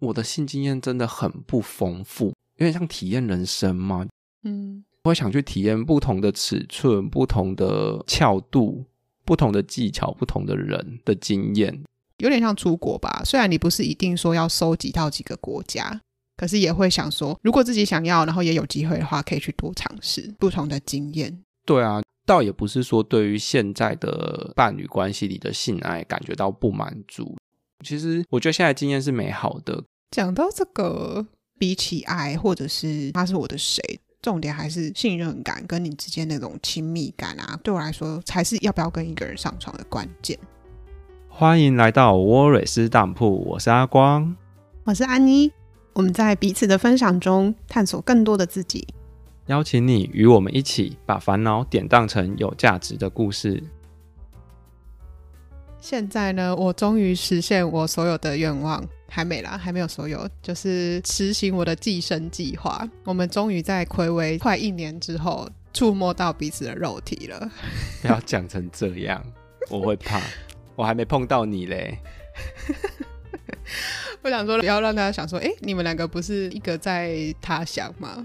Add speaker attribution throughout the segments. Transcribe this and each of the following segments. Speaker 1: 我的性经验真的很不丰富，有点像体验人生嘛。
Speaker 2: 嗯
Speaker 1: 我会想去体验不同的尺寸、不同的翘度、不同的技巧、不同的人的经验。
Speaker 2: 有点像出国吧，虽然你不是一定说要收集到几个国家，可是也会想说，如果自己想要，然后也有机会的话，可以去多尝试不同的经验。
Speaker 1: 对啊，倒也不是说对于现在的伴侣关系里的性爱感觉到不满足。其实我觉得现在经验是美好的，
Speaker 2: 讲到这个，比起爱或者是他是我的谁，重点还是信任感跟你之间那种亲密感啊，对我来说才是要不要跟一个人上床的关键。
Speaker 1: 欢迎来到沃瑞斯当铺，我是阿光。
Speaker 2: 我是安妮，我们在彼此的分享中探索更多的自己。
Speaker 1: 邀请你与我们一起把烦恼典当成有价值的故事。
Speaker 2: 现在呢，我终于实现我所有的愿望，还没啦，还没有所有，就是实行我的寄生计划。我们终于在暌违快一年之后，触摸到彼此的肉体了。
Speaker 1: 不 要讲成这样，我会怕。我还没碰到你嘞。
Speaker 2: 我想说，不要让大家想说，哎，你们两个不是一个在他乡吗？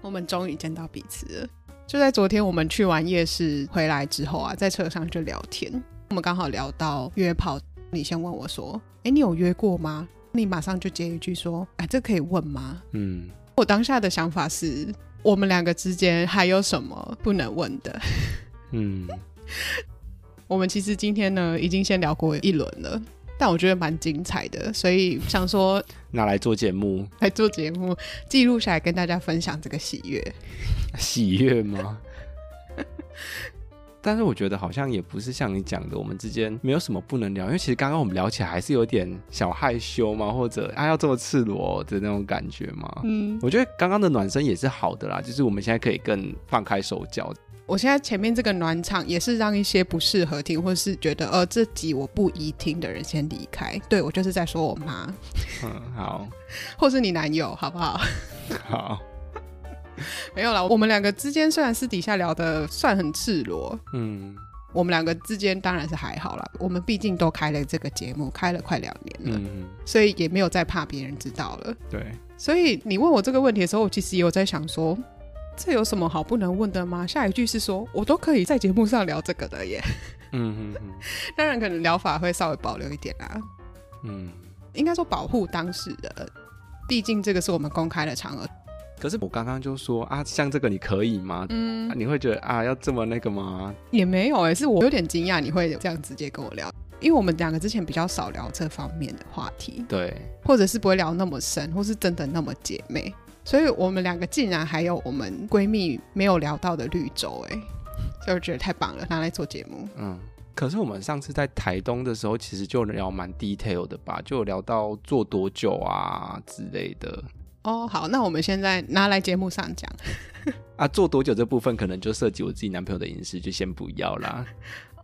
Speaker 2: 我们终于见到彼此了。就在昨天，我们去完夜市回来之后啊，在车上就聊天，我们刚好聊到约炮。你先问我说，哎，你有约过吗？你马上就接一句说，哎，这可以问吗？
Speaker 1: 嗯，
Speaker 2: 我当下的想法是，我们两个之间还有什么不能问的？
Speaker 1: 嗯，
Speaker 2: 我们其实今天呢，已经先聊过一轮了，但我觉得蛮精彩的，所以想说
Speaker 1: 拿来做节目，
Speaker 2: 来做节目， 记录下来跟大家分享这个喜悦。
Speaker 1: 喜悦吗？ 但是我觉得好像也不是像你讲的，我们之间没有什么不能聊，因为其实刚刚我们聊起来还是有点小害羞嘛，或者啊要这么赤裸的那种感觉嘛。
Speaker 2: 嗯，
Speaker 1: 我觉得刚刚的暖身也是好的啦，就是我们现在可以更放开手脚。
Speaker 2: 我现在前面这个暖场也是让一些不适合听，或是觉得呃这集我不宜听的人先离开。对我就是在说我妈，
Speaker 1: 嗯，好，
Speaker 2: 或是你男友，好不好？
Speaker 1: 好，
Speaker 2: 没有啦，我们两个之间虽然私底下聊的算很赤裸，
Speaker 1: 嗯
Speaker 2: 我们两个之间当然是还好啦，我们毕竟都开了这个节目，开了快两年了，
Speaker 1: 嗯，
Speaker 2: 所以也没有再怕别人知道了。
Speaker 1: 对，
Speaker 2: 所以你问我这个问题的时候，我其实也有在想说，这有什么好不能问的吗？下一句是说我都可以在节目上聊这个的耶。
Speaker 1: 嗯嗯嗯
Speaker 2: 当然，可能疗法会稍微保留一点啦，
Speaker 1: 嗯。
Speaker 2: 应该说保护当事人，毕竟这个是我们公开的场合。
Speaker 1: 可是我刚刚就说啊，像这个你可以吗？
Speaker 2: 嗯
Speaker 1: 啊，你会觉得啊，要这么那个吗？
Speaker 2: 也没有哎、是我有点惊讶你会这样直接跟我聊，因为我们两个之前比较少聊这方面的话题。
Speaker 1: 对，
Speaker 2: 或者是不会聊那么深，或是真的那么姐妹。所以我们两个竟然还有我们闺蜜没有聊到的绿洲、欸，所以我觉得太棒了，拿来做节目。
Speaker 1: 嗯。可是我们上次在台东的时候，其实就聊蛮 detail 的吧，就有聊到做多久啊之类的。
Speaker 2: 哦，好，那我们现在拿来节目上讲。
Speaker 1: 啊，做多久这部分可能就涉及我自己男朋友的隐私，就先不要啦。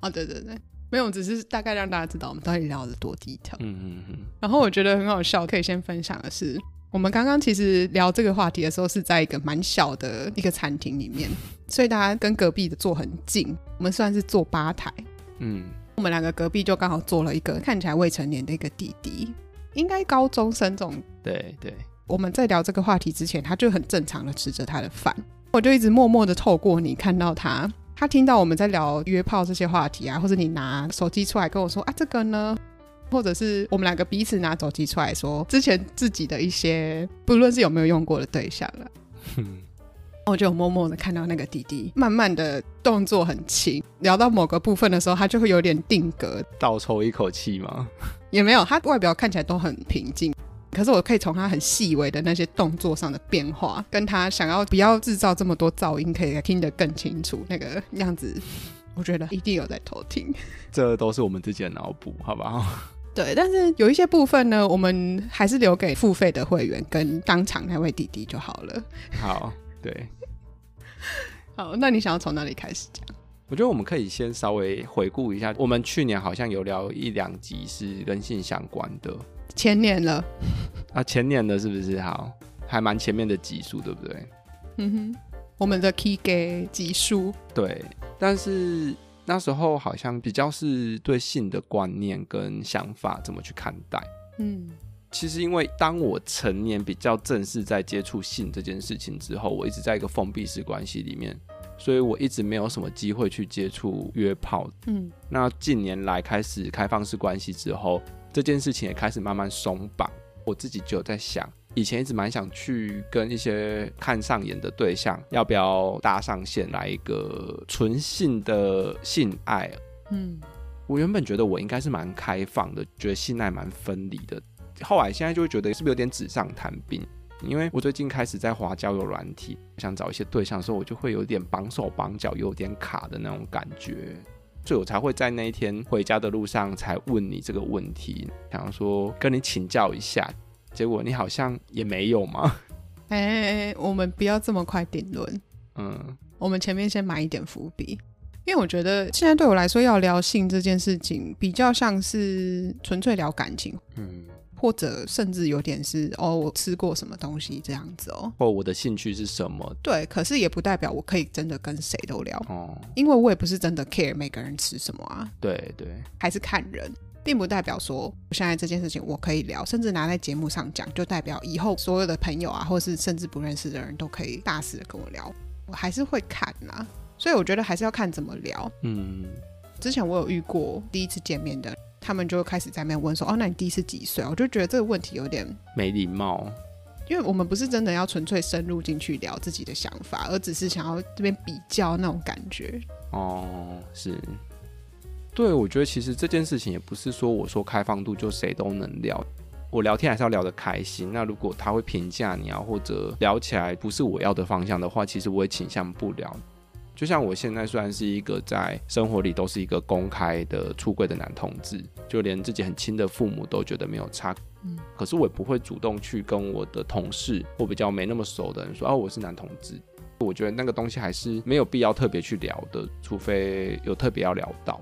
Speaker 2: 哦，对对对，没有，只是大概让大家知道我们到底聊的多低调。
Speaker 1: 嗯嗯嗯，
Speaker 2: 然后我觉得很好笑，可以先分享的是，我们刚刚其实聊这个话题的时候是在一个蛮小的一个餐厅里面，所以大家跟隔壁的坐很近，我们算是坐吧台。
Speaker 1: 嗯，
Speaker 2: 我们两个隔壁就刚好坐了一个看起来未成年的一个弟弟，应该高中生这种。
Speaker 1: 对对，
Speaker 2: 我们在聊这个话题之前，他就很正常的吃着他的饭，我就一直默默的透过你看到他。他听到我们在聊约炮这些话题啊，或者你拿手机出来跟我说啊这个呢，或者是我们两个彼此拿手机出来说之前自己的一些，不论是有没有用过的对象了，
Speaker 1: 嗯
Speaker 2: 我就有默默的看到那个弟弟慢慢的动作很轻，聊到某个部分的时候，他就会有点定格，
Speaker 1: 倒抽一口气嘛。
Speaker 2: 也没有，他外表看起来都很平静，可是我可以从他很细微的那些动作上的变化，跟他想要不要制造这么多噪音，可以听得更清楚那个样子，我觉得一定有在偷听。
Speaker 1: 这都是我们自己的脑补，好不好？
Speaker 2: 对，但是有一些部分呢，我们还是留给付费的会员跟当场那位弟弟就好了。
Speaker 1: 好，对，
Speaker 2: 好，那你想要从哪里开始讲？
Speaker 1: 我觉得我们可以先稍微回顾一下，我们去年好像有聊一两集是跟性相关的
Speaker 2: 前年了，
Speaker 1: 啊，前年的是不是？好，还蛮前面的集数，对不对？
Speaker 2: 嗯哼，我们的 Key Gay 级数，
Speaker 1: 对，但是那时候好像比较是对性的观念跟想法怎么去看待。
Speaker 2: 嗯
Speaker 1: 其实，因为当我成年比较正式在接触性这件事情之后，我一直在一个封闭式关系里面，所以我一直没有什么机会去接触约炮。
Speaker 2: 嗯，
Speaker 1: 那近年来开始开放式关系之后，这件事情也开始慢慢松绑。我自己就有在想，以前一直蛮想去跟一些看上眼的对象，要不要搭上线来一个纯性的性爱。
Speaker 2: 嗯，
Speaker 1: 我原本觉得我应该是蛮开放的，觉得性爱蛮分离的。后来现在就会觉得是不是有点纸上谈兵？因为我最近开始在滑交友软体，想找一些对象的时候，我就会有点绑手绑脚，有点卡的那种感觉，所以我才会在那一天回家的路上才问你这个问题，想说跟你请教一下。结果你好像也没有嘛，
Speaker 2: 哎、我们不要这么快定论，
Speaker 1: 嗯，
Speaker 2: 我们前面先埋一点伏笔，因为我觉得现在对我来说要聊性这件事情，比较像是纯粹聊感情，
Speaker 1: 嗯，
Speaker 2: 或者甚至有点是哦，我吃过什么东西这样子哦。
Speaker 1: 或我的兴趣是什么？
Speaker 2: 对，可是也不代表我可以真的跟谁都聊，
Speaker 1: 哦，
Speaker 2: 因为我也不是真的 care 每个人吃什么啊，
Speaker 1: 对对，
Speaker 2: 还是看人，并不代表说我现在这件事情我可以聊，甚至拿在节目上讲，就代表以后所有的朋友啊，或是甚至不认识的人都可以大肆的跟我聊，我还是会看啦、所以我觉得还是要看怎么聊。
Speaker 1: 嗯，
Speaker 2: 之前我有遇过第一次见面的，他们就开始在那边问说：“哦，那你第一次几岁啊？”我就觉得这个问题有点，
Speaker 1: 没礼貌，
Speaker 2: 因为我们不是真的要纯粹深入进去聊自己的想法，而只是想要这边比较那种感觉。
Speaker 1: 哦，是，对，我觉得其实这件事情也不是说我说开放度就谁都能聊，我聊天还是要聊得开心。那如果他会评价你啊，或者聊起来不是我要的方向的话，其实我也倾向不聊。就像我现在虽然是一个在生活里都是一个公开的出柜的男同志，就连自己很亲的父母都觉得没有差，
Speaker 2: 嗯
Speaker 1: 可是我也不会主动去跟我的同事或比较没那么熟的人说，哦，我是男同志。我觉得那个东西还是没有必要特别去聊的，除非有特别要聊到。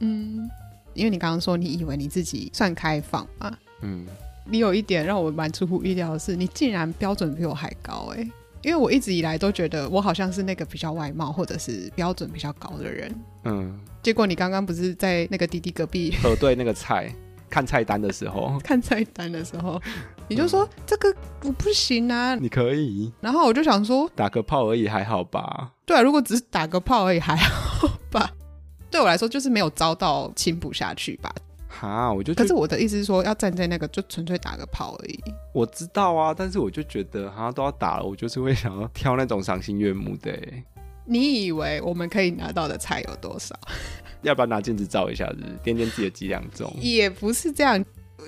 Speaker 2: 嗯，因为你刚刚说你以为你自己算开放嘛，
Speaker 1: 嗯，
Speaker 2: 你有一点让我蛮出乎意料的是，你竟然标准比我还高哎、因为我一直以来都觉得我好像是那个比较外貌或者是标准比较高的人，
Speaker 1: 嗯，
Speaker 2: 结果你刚刚不是在那个滴滴隔壁，
Speaker 1: 核对那个菜，看菜单的时候
Speaker 2: 看菜单的时候，你就说、这个我不行啊。
Speaker 1: 你可以
Speaker 2: 然后我就想说，
Speaker 1: 打个炮而已，还好吧？
Speaker 2: 对啊，如果只是打个炮而已还好吧。 对我来说就是没有遭到亲不下去吧。
Speaker 1: 哈，我就觉
Speaker 2: 可
Speaker 1: 得
Speaker 2: 是我的意思是说，要站在那个就纯粹打个炮而已。
Speaker 1: 我知道啊，但是我就觉得哈都要打了，我就是会想要挑那种赏心悦目的欸，
Speaker 2: 你以为我们可以拿到的菜有多少？
Speaker 1: 要不要拿镜子照一下子，掂掂自己的几两重？
Speaker 2: 也不是这样。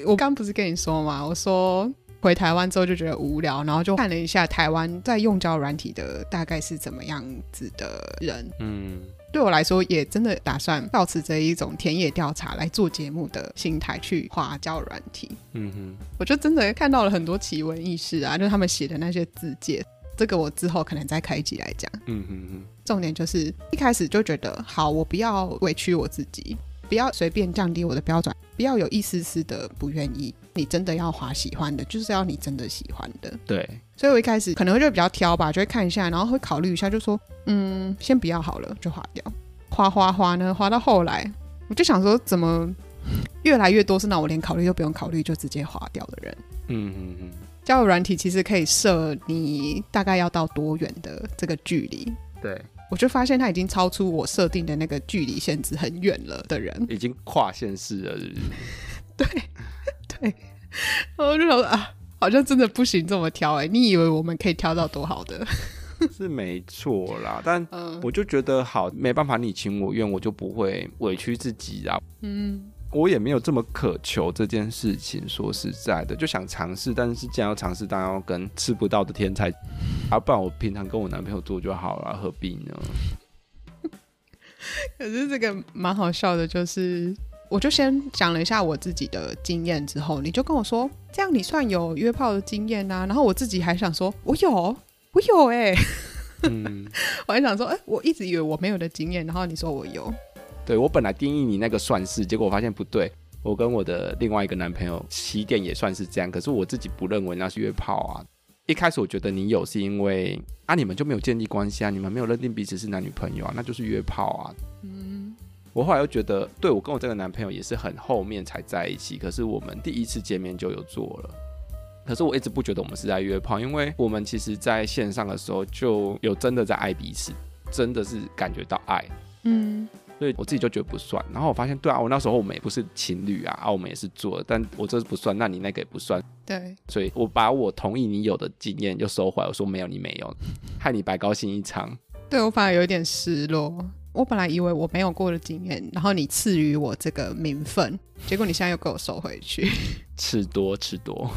Speaker 2: 我刚不是跟你说嘛，我说回台湾之后就觉得无聊，然后就看了一下台湾在用交友软体的大概是怎么样子的人，
Speaker 1: 嗯，
Speaker 2: 对我来说，也真的打算保持着一种田野调查来做节目的心态去画交友软体。
Speaker 1: 嗯哼，
Speaker 2: 我就真的看到了很多奇闻异事啊，就是他们写的那些字界，这个我之后可能再开一集来讲。
Speaker 1: 嗯哼哼，
Speaker 2: 重点就是一开始就觉得，好，我不要委屈我自己，不要随便降低我的标准，不要有一丝丝的不愿意。你真的要划喜欢的，就是要你真的喜欢的。
Speaker 1: 对，
Speaker 2: 所以我一开始可能就比较挑吧，就会看一下，然后会考虑一下，就说嗯，先不要好了，就划掉。划划划呢，划到后来，我就想说，怎么越来越多是那我连考虑都不用考虑就直接划掉的人。
Speaker 1: 嗯哼哼，
Speaker 2: 交友软体其实可以设你大概要到多远的这个距离，
Speaker 1: 对，
Speaker 2: 我就发现它已经超出我设定的那个距离限制很远了的人，
Speaker 1: 已经跨县市了，是不是？
Speaker 2: 对对，然后我就想说啊，好像真的不行这么挑哎、你以为我们可以挑到多好的？
Speaker 1: 是没错啦，但
Speaker 2: 嗯
Speaker 1: 我就觉得好，没办法，你情我愿，我就不会委屈自己啊。
Speaker 2: 嗯。
Speaker 1: 我也没有这么渴求这件事情，说实在的，就想尝试，但是既然要尝试，当然要跟吃不到的天才，啊，不然我平常跟我男朋友做就好了，何必呢？
Speaker 2: 可是这个蛮好笑的，就是我就先讲了一下我自己的经验，之后你就跟我说，这样你算有约炮的经验啊呐、然后我自己还想说，我有，我有哎、
Speaker 1: 嗯，
Speaker 2: 我还想说，哎、我一直以为我没有的经验，然后你说我有，
Speaker 1: 对我本来定义你那个算是，结果我发现不对。我跟我的另外一个男朋友起点也算是这样，可是我自己不认为那是约炮啊。一开始我觉得你有是因为啊，你们就没有建立关系啊，你们没有认定彼此是男女朋友啊，那就是约炮啊。
Speaker 2: 嗯，
Speaker 1: 我后来又觉得，对我跟我这个男朋友也是很后面才在一起，可是我们第一次见面就有做了。可是我一直不觉得我们是在约炮，因为我们其实在线上的时候就有真的在爱彼此，真的是感觉到爱，
Speaker 2: 嗯，
Speaker 1: 所以我自己就觉得不算。然后我发现，对啊，我那时候我们也不是情侣啊，啊，我们也是做了，但我这不算，那你那个也不算，
Speaker 2: 对，
Speaker 1: 所以我把我同意你有的经验又收回来，我说没有，你没有，害你白高兴一场。
Speaker 2: 对我反而有一点失落。我本来以为我没有过的经验，然后你赐予我这个名分，结果你现在又给我收回去。
Speaker 1: 吃多吃多，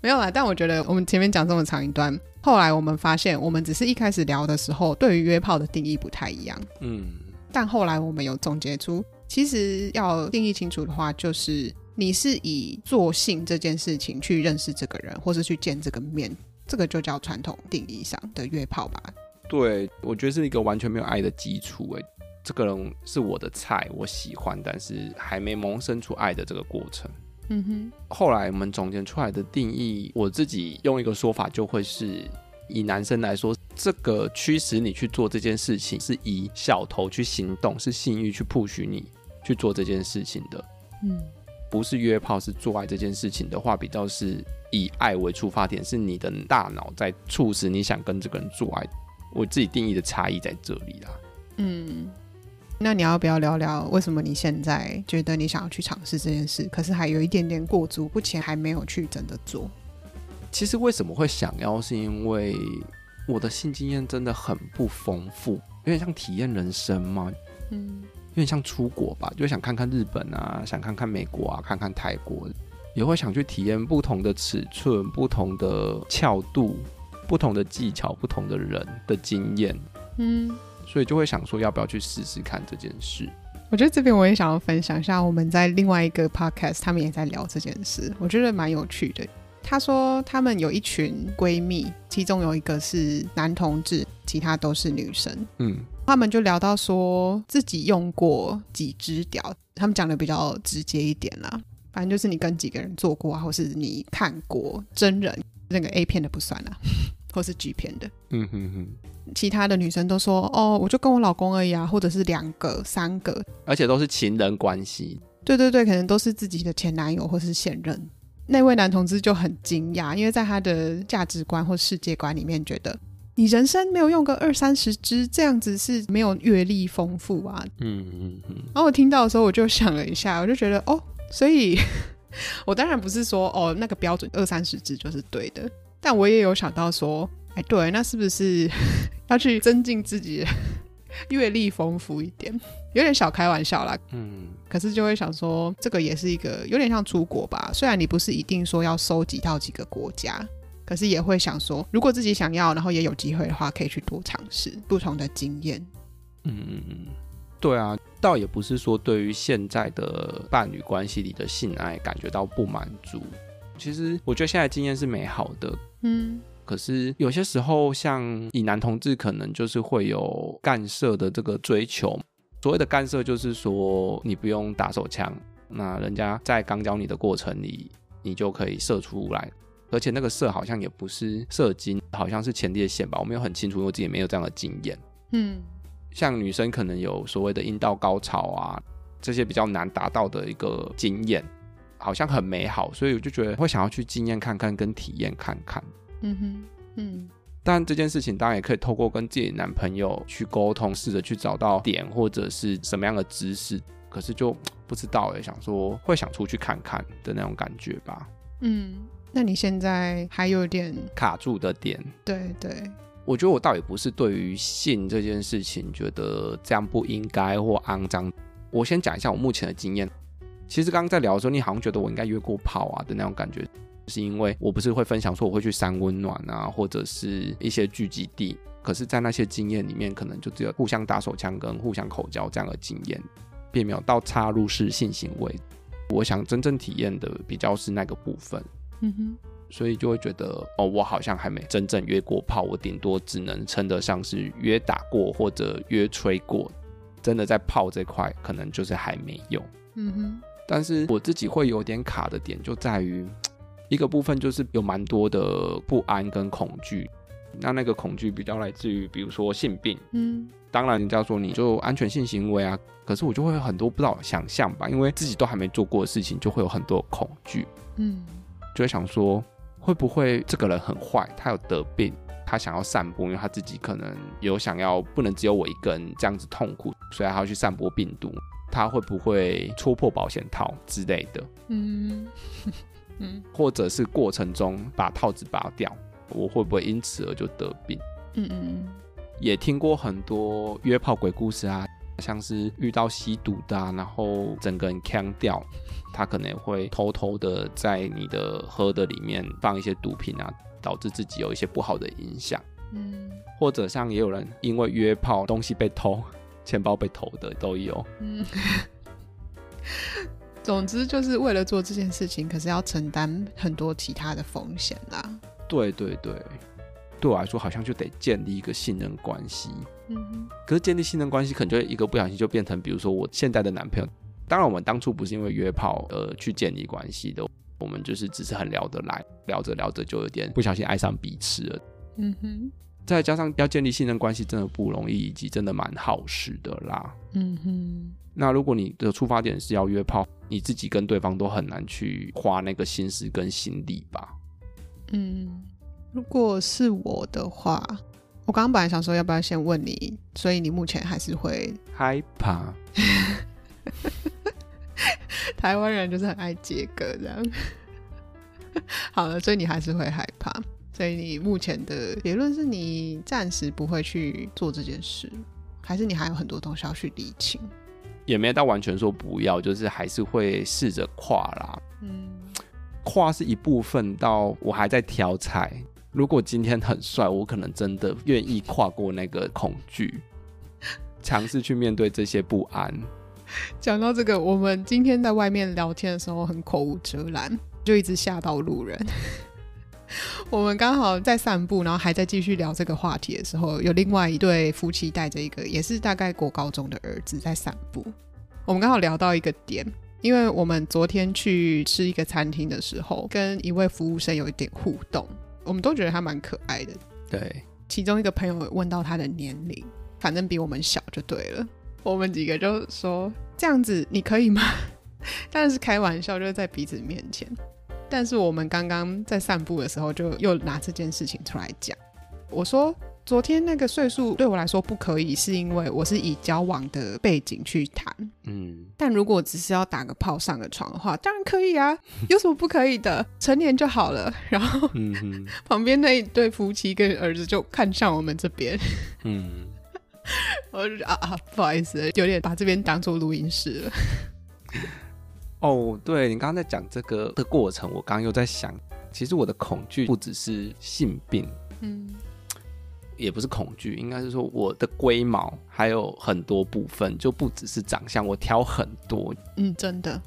Speaker 2: 没有啦，但我觉得我们前面讲这么长一段，后来我们发现，我们只是一开始聊的时候，对于约炮的定义不太一样。
Speaker 1: 嗯，
Speaker 2: 但后来我们有总结出，其实要定义清楚的话，就是你是以做性这件事情去认识这个人，或是去见这个面，这个就叫传统定义上的约炮吧。
Speaker 1: 对，我觉得是一个完全没有爱的基础。哎，这个人是我的菜，我喜欢，但是还没萌生出爱的这个过程。
Speaker 2: 嗯哼，
Speaker 1: 后来我们总结出来的定义，我自己用一个说法就会是，以男生来说，这个驱使你去做这件事情，是以小头去行动，是性欲去 push 你去做这件事情的，
Speaker 2: 嗯，
Speaker 1: 不是约炮，是做爱这件事情的话，比较是以爱为出发点，是你的大脑在促使你想跟这个人做爱。我自己定义的差异在这里啦。
Speaker 2: 嗯，那你要不要聊聊为什么你现在觉得你想要去尝试这件事，可是还有一点点过足不前，还没有去真的做？
Speaker 1: 其实为什么会想要，是因为我的性经验真的很不丰富，有点像体验人生嘛，
Speaker 2: 嗯
Speaker 1: 有点像出国吧，就想看看日本啊，想看看美国啊，看看泰国，也会想去体验不同的尺寸、不同的翘度、不同的技巧、不同的人的经验，
Speaker 2: 嗯，
Speaker 1: 所以就会想说要不要去试试看这件事。
Speaker 2: 我觉得这边我也想要分享一下，我们在另外一个 podcast，他们也在聊这件事，我觉得蛮有趣的。她说她们有一群闺蜜，其中有一个是男同志，其他都是女生。
Speaker 1: 嗯，
Speaker 2: 他们就聊到说自己用过几支屌，他们讲的比较直接一点啦。反正就是你跟几个人做过啊，或是你看过真人那个 A 片的不算啦， 或是 G 片的。
Speaker 1: 嗯哼哼，
Speaker 2: 其他的女生都说哦，我就跟我老公而已啊，或者是两个、三个，
Speaker 1: 而且都是情人关系，
Speaker 2: 对对对，可能都是自己的前男友或是现任。那位男同志就很惊讶，因为在他的价值观或世界观里面，觉得你人生没有用个二三十支，这样子是没有阅历丰富啊。
Speaker 1: 嗯嗯嗯，
Speaker 2: 然后我听到的时候，我就想了一下，我就觉得哦，所以 我当然不是说哦那个标准二三十支就是对的，但我也有想到说，哎，对，那是不是 要去增进自己的阅历丰富一点？有点小开玩笑啦，
Speaker 1: 嗯，
Speaker 2: 可是就会想说，这个也是一个有点像出国吧。虽然你不是一定说要收集到几个国家，可是也会想说，如果自己想要，然后也有机会的话，可以去多尝试不同的经验。
Speaker 1: 嗯嗯嗯，对啊，倒也不是说对于现在的伴侣关系里的性爱感觉到不满足。其实我觉得现在经验是美好的，
Speaker 2: 嗯
Speaker 1: 可是有些时候，像以男同志，可能就是会有干涉的这个追求。所谓的干涉，就是说你不用打手枪，那人家在刚教你的过程里，你就可以射出来。而且那个射好像也不是射精，好像是前列腺吧，我没有很清楚，因为我自己也没有这样的经验。
Speaker 2: 嗯
Speaker 1: 像女生可能有所谓的阴道高潮啊，这些比较难达到的一个经验，好像很美好，所以我就觉得会想要去经验看看跟体验看看。
Speaker 2: 嗯哼嗯
Speaker 1: 但这件事情当然也可以透过跟自己的男朋友去沟通，试着去找到点或者是什么样的知识，可是就不知道哎、想说会想出去看看的那种感觉吧，
Speaker 2: 嗯。那你现在还有点
Speaker 1: 卡住的点。
Speaker 2: 对对，
Speaker 1: 我觉得我倒也不是对于性这件事情觉得这样不应该或肮脏。我先讲一下我目前的经验。其实刚刚在聊的时候，你好像觉得我应该约过炮啊的那种感觉，是因为我不是会分享说我会去山温暖啊，或者是一些聚集地。可是，在那些经验里面，可能就只有互相打手枪跟互相口交这样的经验，并没有到插入式性行为。我想真正体验的比较是那个部分。
Speaker 2: 嗯哼，
Speaker 1: 所以就会觉得哦，我好像还没真正约过炮，我顶多只能称得上是约打过或者约吹过，真的在炮这块可能就是还没有。
Speaker 2: 嗯哼，
Speaker 1: 但是我自己会有点卡的点就在于，一个部分就是有蛮多的不安跟恐惧。那那个恐惧比较来自于，比如说性病，
Speaker 2: 嗯，
Speaker 1: 当然人家说你就安全性行为啊，可是我就会有很多不知道想象吧，因为自己都还没做过的事情，就会有很多恐惧，
Speaker 2: 嗯，
Speaker 1: 就会想说会不会这个人很坏，他有得病。他想要散播，因为他自己可能有想要，不能只有我一个人这样子痛苦，所以他要去散播病毒。他会不会戳破保险套之类的？
Speaker 2: 嗯，嗯，
Speaker 1: 或者是过程中把套子拔掉，我会不会因此而就得病？
Speaker 2: 嗯嗯，
Speaker 1: 也听过很多约炮鬼故事啊，像是遇到吸毒的、啊，然后整个人腔掉，他可能会偷偷的在你的喝的里面放一些毒品啊，导致自己有一些不好的影响。
Speaker 2: 嗯，
Speaker 1: 或者像也有人因为约炮东西被偷， 钱包被偷的都有。
Speaker 2: 嗯，总之就是为了做这件事情，可是要承担很多其他的风险啦。
Speaker 1: 对对对，对我来说好像就得建立一个信任关系。
Speaker 2: 嗯
Speaker 1: 可是建立信任关系，可能就会一个不小心就变成，比如说我现在的男朋友。当然，我们当初不是因为约炮呃去建立关系的，我们就是只是很聊得来，聊着聊着就有点不小心爱上彼此了。
Speaker 2: 嗯哼，
Speaker 1: 再加上要建立信任关系真的不容易，以及真的蛮耗时的啦。
Speaker 2: 嗯哼，
Speaker 1: 那如果你的出发点是要约炮，你自己跟对方都很难去花那个心思跟心力吧？
Speaker 2: 嗯，如果是我的话，我刚刚本来想说要不要先问你，所以你目前还是会
Speaker 1: 害怕，
Speaker 2: 台湾人就是很爱接歌这样。 好了，所以你还是会害怕，所以你目前的结论是你暂时不会去做这件事，还是你还有很多东西要去理清？
Speaker 1: 也没到完全说不要，就是还是会试着跨啦。
Speaker 2: 嗯
Speaker 1: 跨是一部分，到我还在挑菜。如果今天很帅，我可能真的愿意跨过那个恐惧，尝试去面对这些不安。
Speaker 2: 讲到这个，我们今天在外面聊天的时候很口无遮拦，就一直吓到路人。 我们刚好在散步，然后还在继续聊这个话题的时候，有另外一对夫妻带着一个也是大概国高中的儿子在散步。我们刚好聊到一个点，因为我们昨天去吃一个餐厅的时候，跟一位服务生有一点互动，我们都觉得他蛮可爱的。
Speaker 1: 对，
Speaker 2: 其中一个朋友问到他的年龄，反正比我们小就对了。我们几个就说这样子你可以吗？ 当然是开玩笑，就是在彼此面前。但是我们刚刚在散步的时候，就又拿这件事情出来讲。我说昨天那个岁数对我来说不可以，是因为我是以交往的背景去谈。
Speaker 1: 嗯，
Speaker 2: 但如果只是要打个炮上个床的话，当然可以啊， 有什么不可以的？成年就好了。然后
Speaker 1: 嗯哼，
Speaker 2: 旁边那一对夫妻跟儿子就看向我们这边，
Speaker 1: 嗯，
Speaker 2: 我就觉得啊啊，不好意思，有点把这边当做录音室了。
Speaker 1: 哦，对你刚刚在讲这个的过程，我刚刚又在想，其实我的恐惧不只是性病，
Speaker 2: 嗯
Speaker 1: 也不是恐惧，应该是说我的龟毛还有很多部分，就不只是长相，我挑很多，
Speaker 2: 嗯，真的，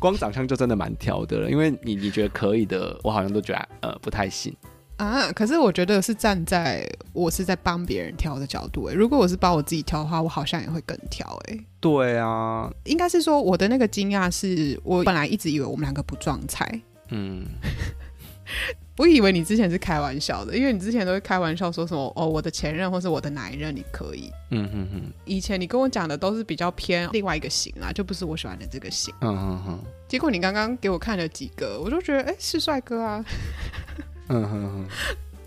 Speaker 1: 光长相就真的蛮挑的了，因为你你觉得可以的，我好像都觉得呃不太行。
Speaker 2: 啊，可是我觉得是站在我是在帮别人挑的角度哎，如果我是帮我自己挑的话，我好像也会更挑哎。
Speaker 1: 对啊，
Speaker 2: 应该是说我的那个惊讶是我本来一直以为我们两个不撞菜，
Speaker 1: 嗯，
Speaker 2: 我以为你之前是开玩笑的，因为你之前都会开玩笑说什么哦，我的前任或是我的哪一任你可以。
Speaker 1: 嗯哼哼，
Speaker 2: 以前你跟我讲的都是比较偏另外一个型啦，就不是我喜欢的这个型。
Speaker 1: 嗯哼哼，
Speaker 2: 结果你刚刚给我看了几个，我就觉得哎是帅哥啊，
Speaker 1: 嗯哼哼。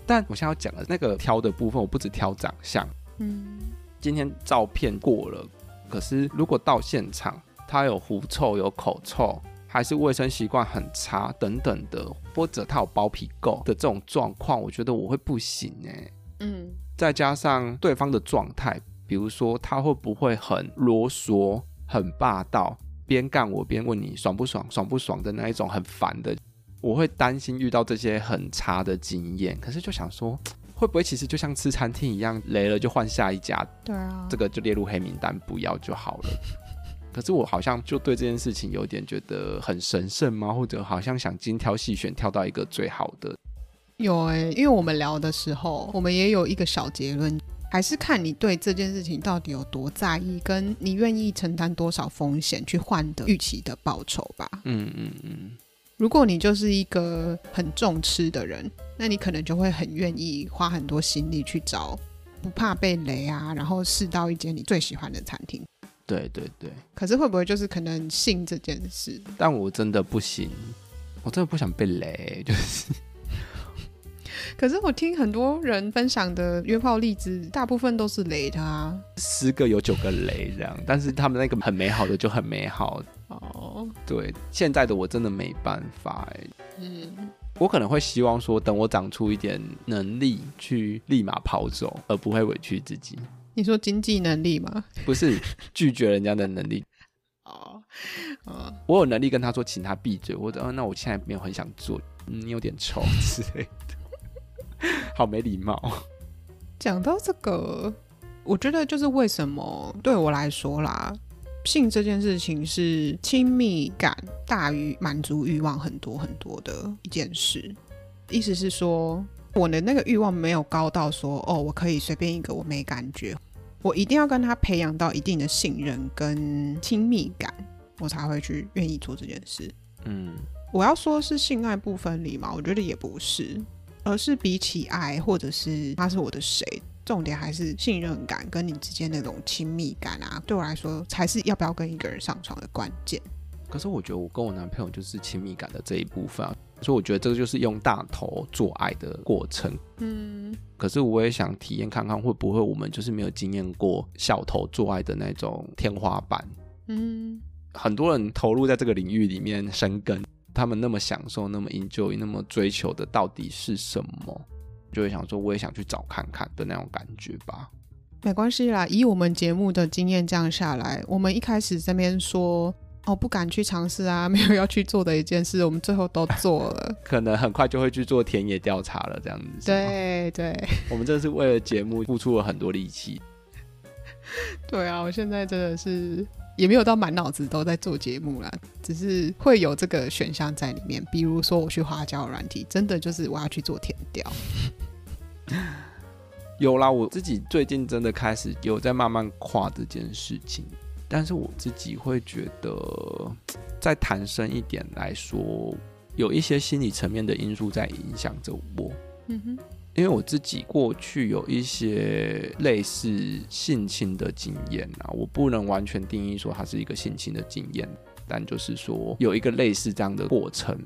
Speaker 1: 但我现在要讲的那个挑的部分，我不只挑长相。
Speaker 2: 嗯
Speaker 1: 今天照片过了，可是如果到现场，他有狐臭、有口臭，还是卫生习惯很差等等的，或者他有包皮垢的这种状况，我觉得我会不行哎、
Speaker 2: 嗯
Speaker 1: 再加上对方的状态，比如说他会不会很啰嗦、很霸道，边干我边问你爽不爽、爽不爽的那一种很烦的，我会担心遇到这些很差的经验。可是就想说，会不会其实就像吃餐厅一样，雷了就换下一家，
Speaker 2: 对啊，
Speaker 1: 这个就列入黑名单，不要就好了。 可是我好像就对这件事情有点觉得很神圣吗？或者好像想精挑细选，挑到一个最好的。
Speaker 2: 有哎、因为我们聊的时候，我们也有一个小结论，还是看你对这件事情到底有多在意，跟你愿意承担多少风险去换得预期的报酬吧。
Speaker 1: 嗯嗯嗯，
Speaker 2: 如果你就是一个很重吃的人，那你可能就会很愿意花很多心力去找，不怕被雷啊，然后试到一间你最喜欢的餐厅。
Speaker 1: 对对对，
Speaker 2: 可是会不会就是可能性这件事，
Speaker 1: 但我真的不行，我真的不想被雷， 就是
Speaker 2: 可是我听很多人分享的约炮例子，大部分都是雷的啊。
Speaker 1: 十个有九个雷这样。但是他们那个很美好的就很美好，
Speaker 2: 哦，
Speaker 1: 对现在的我真的没办法哎、
Speaker 2: 嗯，
Speaker 1: 我可能会希望说，等我长出一点能力，去立马跑走，而不会委屈自己。
Speaker 2: 你说经济能力吗？
Speaker 1: 不是拒绝人家的能力，
Speaker 2: 哦，哦，
Speaker 1: 我有能力跟他说，请他闭嘴，或者、哦、那我现在没有很想做，嗯，你有点丑之类的， 好没礼貌。
Speaker 2: 讲到这个，我觉得就是为什么对我来说啦，性这件事情是亲密感大于满足欲望很多很多的一件事。意思是说，我的那个欲望没有高到说，哦，我可以随便一个，我没感觉，我一定要跟他培养到一定的信任跟亲密感，我才会去愿意做这件事。
Speaker 1: 嗯，
Speaker 2: 我要说是性爱不分离嘛，我觉得也不是，而是比起爱或者是他是我的谁，重点还是信任感跟你之间那种亲密感啊，对我来说才是要不要跟一个人上床的关键。
Speaker 1: 可是我觉得我跟我男朋友就是亲密感的这一部分、啊，所以我觉得这个就是用大头做爱的过程。
Speaker 2: 嗯，
Speaker 1: 可是我也想体验看看，会不会我们就是没有经验过小头做爱的那种天花板。
Speaker 2: 嗯，
Speaker 1: 很多人投入在这个领域里面生根，他们那么享受，那么 enjoy，那么追求的到底是什么？就会想说，我也想去找看看的那种感觉吧。
Speaker 2: 没关系啦，以我们节目的经验这样下来，我们一开始这边说哦不敢去尝试啊，没有要去做的一件事，我们最后都做 了。
Speaker 1: 可能很快就会去做田野调查了，这样子。，
Speaker 2: 对对
Speaker 1: 我们真的是为了节目付出了很多力气。
Speaker 2: 对啊，我现在真的是也没有到满脑子都在做节目啦，只是会有这个选项在里面。比如说我去花椒软体，真的就是我要去做填调。
Speaker 1: 有啦，我自己最近真的开始有在慢慢跨这件事情，但是我自己会觉得，再谈深一点来说，有一些心理层面的因素在影响着我。
Speaker 2: 嗯哼，
Speaker 1: 因为我自己过去有一些类似性侵的经验啊，我不能完全定义说它是一个性侵的经验，但就是说有一个类似这样的过程。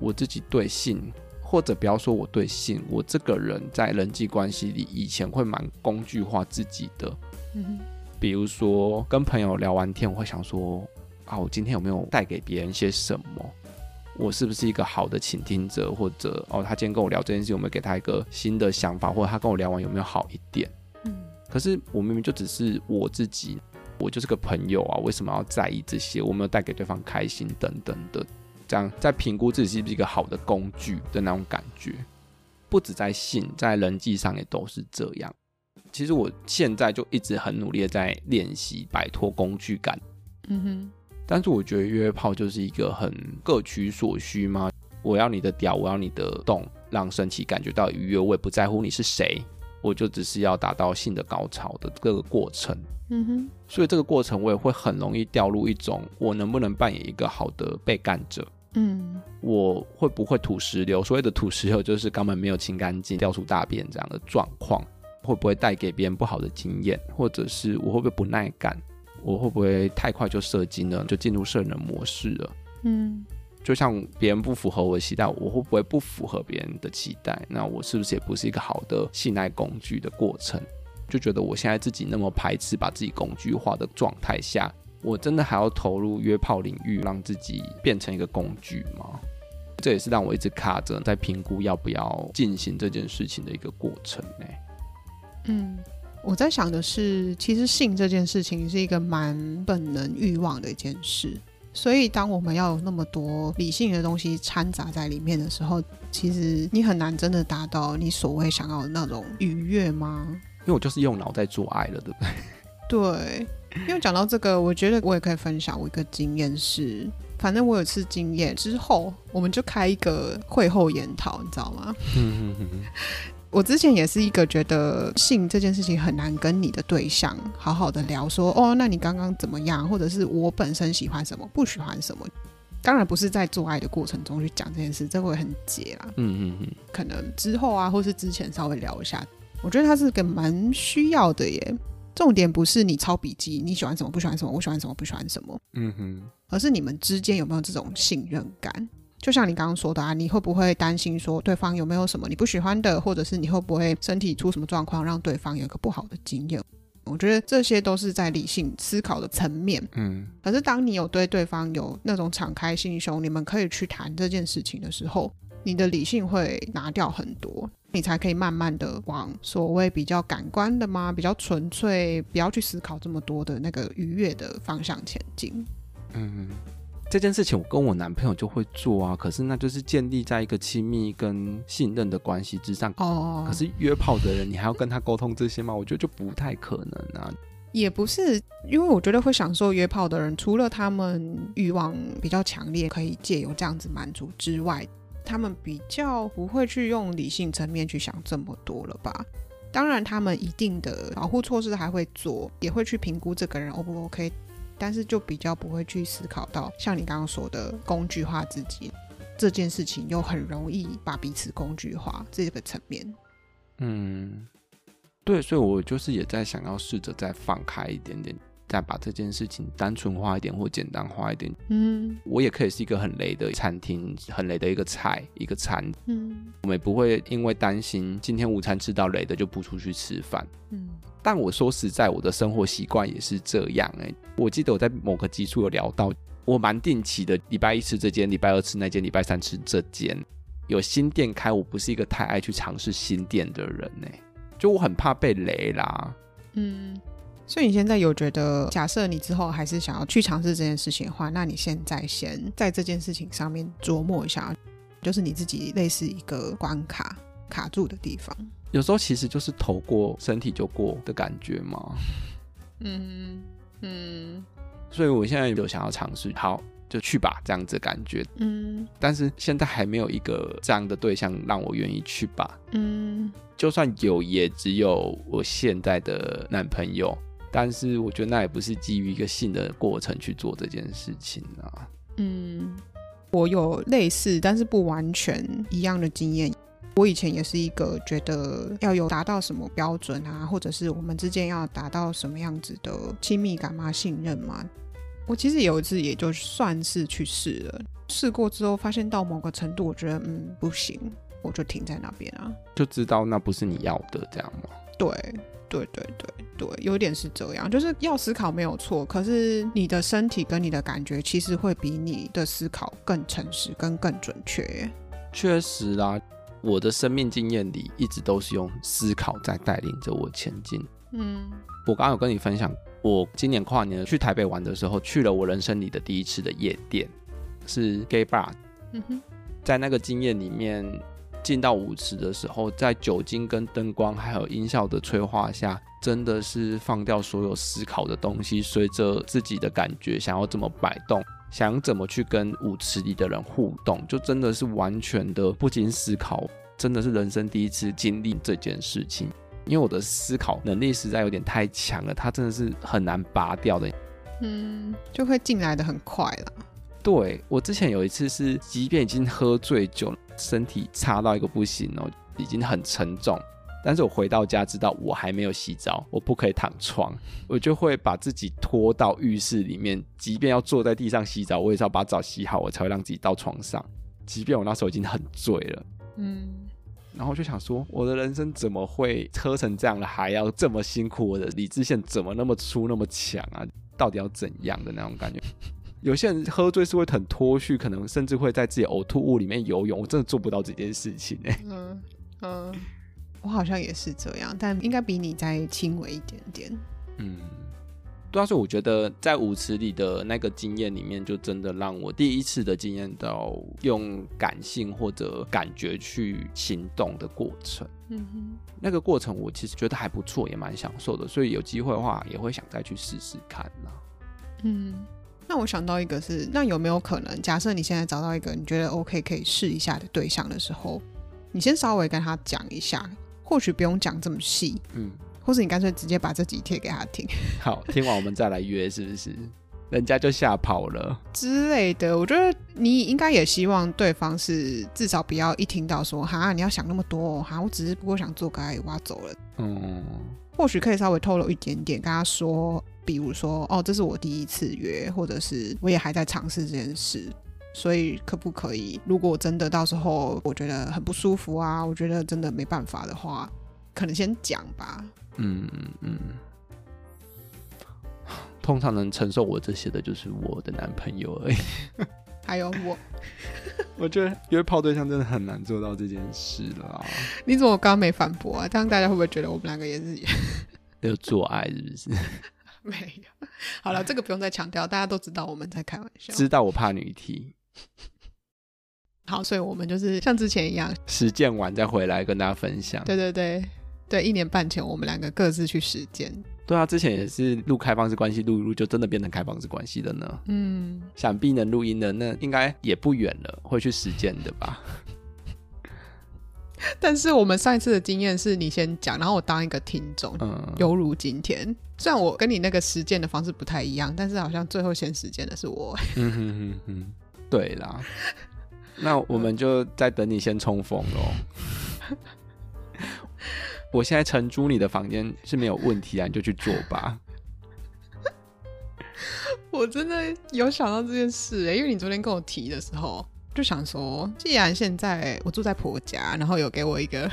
Speaker 1: 我自己对性，或者不要说我对性，我这个人在人际关系里以前会蛮工具化自己的，
Speaker 2: 嗯哼，
Speaker 1: 比如说跟朋友聊完天，我会想说啊，我今天有没有带给别人些什么？我是不是一个好的倾听者，或者哦，他今天跟我聊这件事，有没有给他一个新的想法，或者他跟我聊完有没有好一点？
Speaker 2: 嗯，
Speaker 1: 可是我明明就只是我自己，我就是个朋友啊，为什么要在意这些？我没有带给对方开心等等的，这样在评估自己是不是一个好的工具的那种感觉，不止在性，在人际上也都是这样。其实我现在就一直很努力的在练习摆脱工具感，
Speaker 2: 嗯哼，
Speaker 1: 但是我觉得约炮就是一个很各取所需嘛。我要你的屌，我要你的洞，让身体感觉到愉悦，我也不在乎你是谁，我就只是要达到性的高潮的这个过程。
Speaker 2: 嗯哼，
Speaker 1: 所以这个过程我也会很容易掉入一种我能不能扮演一个好的被干者，
Speaker 2: 嗯
Speaker 1: 我会不会吐石榴？所谓的吐石榴就是肛门没有清干净，掉出大便这样的状况，会不会带给别人不好的经验，或者是我会不会不耐感？我会不会太快就射精了，就进入圣人模式了？
Speaker 2: 嗯
Speaker 1: 就像别人不符合我的期待，我会不会不符合别人的期待？那我是不是也不是一个好的信赖工具的过程？就觉得我现在自己那么排斥把自己工具化的状态下，我真的还要投入约炮领域，让自己变成一个工具吗？这也是让我一直卡着在评估要不要进行这件事情的一个过程欸呢、
Speaker 2: 嗯。我在想的是，其实性这件事情是一个蛮本能欲望的一件事，所以当我们要有那么多理性的东西掺杂在里面的时候，其实你很难真的达到你所谓想要的那种愉悦吗？
Speaker 1: 因为我就是用脑在做爱了，对不对？
Speaker 2: 对，因为讲到这个，我觉得我也可以分享我一个经验是，反正我有一次经验之后，我们就开一个会后研讨，你知道吗？ 我之前也是一个觉得性这件事情很难跟你的对象好好的聊说，哦，那你刚刚怎么样，或者是我本身喜欢什么，不喜欢什么。当然不是在做爱的过程中去讲这件事，这会很解啦。
Speaker 1: 嗯嗯嗯，
Speaker 2: 可能之后啊，或是之前稍微聊一下。我觉得它是个蛮需要的耶。重点不是你抄笔记，你喜欢什么不喜欢什么，我喜欢什么不喜欢什么，
Speaker 1: 嗯哼，
Speaker 2: 而是你们之间有没有这种信任感。就像你刚刚说的啊，你会不会担心说对方有没有什么你不喜欢的，或者是你会不会身体出什么状况，让对方有一个不好的经验？我觉得这些都是在理性思考的层面。
Speaker 1: 嗯
Speaker 2: 可是当你有对对方有那种敞开心胸，你们可以去谈这件事情的时候，你的理性会拿掉很多，你才可以慢慢的往所谓比较感官的嘛，比较纯粹，不要去思考这么多的那个愉悦的方向前进。
Speaker 1: 嗯，这件事情我跟我男朋友就会做啊，可是那就是建立在一个亲密跟信任的关系之上。
Speaker 2: 哦，
Speaker 1: 可是约炮的人，你还要跟他沟通这些吗？我觉得就不太可能啊。
Speaker 2: 也不是，因为我觉得会享受约炮的人，除了他们欲望比较强烈，可以借由这样子满足之外，他们比较不会去用理性层面去想这么多了吧。当然，他们一定的保护措施还会做，也会去评估这个人 O 不 OK，但是就比较不会去思考到像你刚刚说的工具化自己这件事情，又很容易把彼此工具化这个层面。
Speaker 1: 嗯，对，所以我就是也在想要试着再放开一点点，再把这件事情单纯化一点或简单化一点。
Speaker 2: 嗯
Speaker 1: 我也可以是一个很雷的餐厅，很雷的一个菜，一个餐，
Speaker 2: 嗯
Speaker 1: 我们也不会因为担心今天午餐吃到雷的就不出去吃饭。
Speaker 2: 嗯
Speaker 1: 但我说实在，我的生活习惯也是这样哎、我记得我在某个集数有聊到，我蛮定期的，礼拜一吃这间，礼拜二吃那间，礼拜三吃这间。有新店开，我不是一个太爱去尝试新店的人哎、就我很怕被雷啦。
Speaker 2: 嗯，所以你现在有觉得，假设你之后还是想要去尝试这件事情的话，那你现在先在这件事情上面琢磨一下，就是你自己类似一个关卡卡住的地方。
Speaker 1: 有时候其实就是头过身体就过的感觉嘛，
Speaker 2: 嗯嗯
Speaker 1: 所以我现在有想要尝试，好就去吧这样子的感觉。
Speaker 2: 嗯
Speaker 1: 但是现在还没有一个这样的对象让我愿意去吧，
Speaker 2: 嗯
Speaker 1: 就算有，也只有我现在的男朋友。但是我觉得那也不是基于一个性的过程去做这件事情啊。
Speaker 2: 嗯，我有类似但是不完全一样的经验。我以前也是一个觉得要有达到什么标准啊，或者是我们之间要达到什么样子的亲密感嘛、信任嘛。我其实有一次也就算是去试了，试过之后发现到某个程度，我觉得嗯不行，我就停在那边啊。
Speaker 1: 就知道那不是你要的，这样吗？
Speaker 2: 对对对对对，有点是这样，就是要思考没有错，可是你的身体跟你的感觉其实会比你的思考更诚实跟更准确耶。
Speaker 1: 确实啦，我的生命经验里一直都是用思考在带领着我前进。
Speaker 2: 嗯
Speaker 1: 我刚刚有跟你分享，我今年跨年去台北玩的时候，去了我人生里的第一次的夜店，是 gay bar，
Speaker 2: 嗯哼，
Speaker 1: 在那个经验里面，进到舞池的时候，在酒精跟灯光还有音效的催化下，真的是放掉所有思考的东西，随着自己的感觉想要怎么摆动。想怎么去跟舞池里的人互动，就真的是完全的不经思考，真的是人生第一次经历这件事情。因为我的思考能力实在有点太强了，它真的是很难拔掉的。
Speaker 2: 嗯，就会进来的很快啦。
Speaker 1: 对我之前有一次是，即便已经喝醉酒，身体差到一个不行哦，已经很沉重。但是我回到家，知道我还没有洗澡，我不可以躺床，我就会把自己拖到浴室里面，即便要坐在地上洗澡，我也是要把澡洗好，我才会让自己到床上。即便我那时候已经很醉了，
Speaker 2: 嗯
Speaker 1: 然后我就想说，我的人生怎么会喝成这样了，还要这么辛苦？我的理智线怎么那么粗那么强啊？到底要怎样的那种感觉？ 有些人喝醉是会很脱序，可能甚至会在自己呕吐物里面游泳。我真的做不到这件事情哎、
Speaker 2: 嗯嗯，我好像也是这样，但应该比你再轻微一点点。
Speaker 1: 嗯，对啊，所以我觉得在舞池里的那个经验里面，就真的让我第一次的经验到用感性或者感觉去行动的过程。
Speaker 2: 嗯哼，
Speaker 1: 那个过程我其实觉得还不错，也蛮享受的，所以有机会的话也会想再去试试看啦。
Speaker 2: 嗯。那我想到一个是，那有没有可能，假设你现在找到一个你觉得 OK 可以试一下的对象的时候，你先稍微跟他讲一下，或许不用讲这么细，
Speaker 1: 嗯，
Speaker 2: 或是你干脆直接把这集贴给他听。
Speaker 1: 好，听完我们再来约，是不是？人家就吓跑了。
Speaker 2: 之类的，我觉得你应该也希望对方是至少不要一听到说哈你要想那么多哦、哈我只是不过想做个爱挖走了，
Speaker 1: 嗯，
Speaker 2: 或许可以稍微透露一点点，跟他说，比如说哦这是我第一次约，或者是我也还在尝试这件事，所以可不可以，如果真的到时候我觉得很不舒服啊，我觉得真的没办法的话，可能先讲吧，
Speaker 1: 嗯嗯，通常能承受我这些的就是我的男朋友而已。
Speaker 2: 还有我，
Speaker 1: 我觉得约炮对象真的很难做到这件事 啦。
Speaker 2: 你怎么刚刚没反驳啊？这样大家会不会觉得我们两个也是？
Speaker 1: 要做爱是不是？
Speaker 2: 没有， 好了，这个不用再强调，大家都知道我们在开玩笑。
Speaker 1: 知道我怕女踢，
Speaker 2: 好，所以我们就是像之前一样，
Speaker 1: 实践完再回来跟大家分享。
Speaker 2: 对对对对，一年半前我们两个各自去实践。
Speaker 1: 对啊，之前也是录开放式关系，录一录就真的变成开放式关系了呢。
Speaker 2: 嗯，
Speaker 1: 想必能录音的那应该也不远了，会去实践的吧？
Speaker 2: 但是我们上一次的经验是你先讲，然后我当一个听众，
Speaker 1: 嗯，
Speaker 2: 犹如今天。虽然我跟你那个实践的方式不太一样，但是好像最后先实践的是我。
Speaker 1: 嗯哼哼哼，对啦，那我们就在等你先冲锋喽。我现在承租你的房间是没有问题啊，你就去做吧。
Speaker 2: 我真的有想到这件事、欸，因为你昨天跟我提的时候，就想说，既然现在我住在婆家，然后有给我一个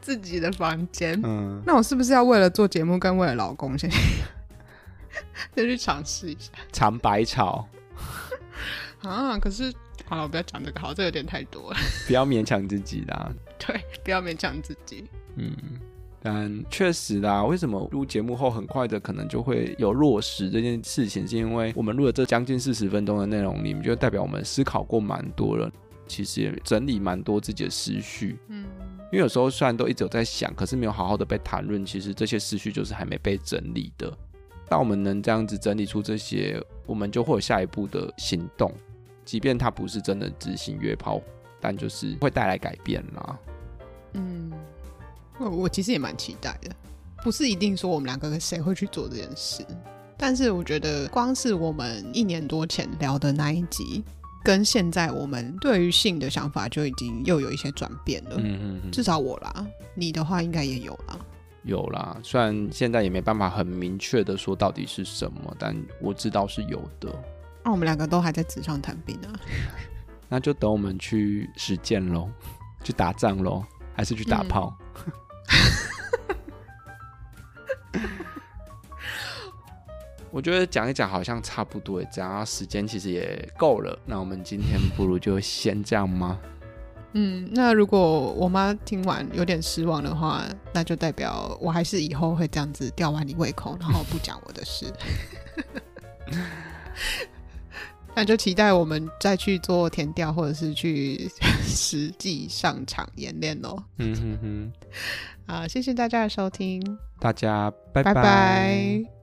Speaker 2: 自己的房间，
Speaker 1: 嗯，
Speaker 2: 那我是不是要为了做节目跟为了老公先 先去尝试一下
Speaker 1: 尝百草，
Speaker 2: 啊？可是好了，我不要讲这个，好，这有点太多了。
Speaker 1: 不要勉强自己啦。
Speaker 2: 对，不要勉强自己。
Speaker 1: 嗯，但确实啦，为什么录节目后很快的可能就会有落实这件事情，是因为我们录了这将近四十分钟的内容里面，就代表我们思考过蛮多了，其实也整理蛮多自己的思绪。
Speaker 2: 嗯，
Speaker 1: 因为有时候虽然都一直有在想，可是没有好好的被谈论，其实这些思绪就是还没被整理的。当我们能这样子整理出这些，我们就会有下一步的行动，即便它不是真的执行约炮，但就是会带来改变啦。
Speaker 2: 嗯，我我其实也蛮期待的，不是一定说我们两个谁会去做这件事，但是我觉得光是我们一年多前聊的那一集，跟现在我们对于性的想法就已经又有一些转变了。
Speaker 1: 嗯嗯嗯
Speaker 2: 至少我啦，你的话应该也有啦。
Speaker 1: 有啦，虽然现在也没办法很明确的说到底是什么，但我知道是有的。
Speaker 2: 那、我们两个都还在纸上谈兵啊。
Speaker 1: 那就等我们去实践喽，去打仗喽，还是去打炮？嗯 我觉得讲一讲好像差不多也这样，然后啊时间其实也够了。那我们今天不如就先这样吗？
Speaker 2: 嗯，那如果我妈听完有点失望的话，那就代表我还是以后会这样子吊完你胃口，然后不讲我的事。 那就期待我们再去做填调，或者是去 实际上场演练喽。
Speaker 1: 嗯哼哼，
Speaker 2: 啊，谢谢大家的收听，
Speaker 1: 大家拜
Speaker 2: 拜
Speaker 1: 拜
Speaker 2: 拜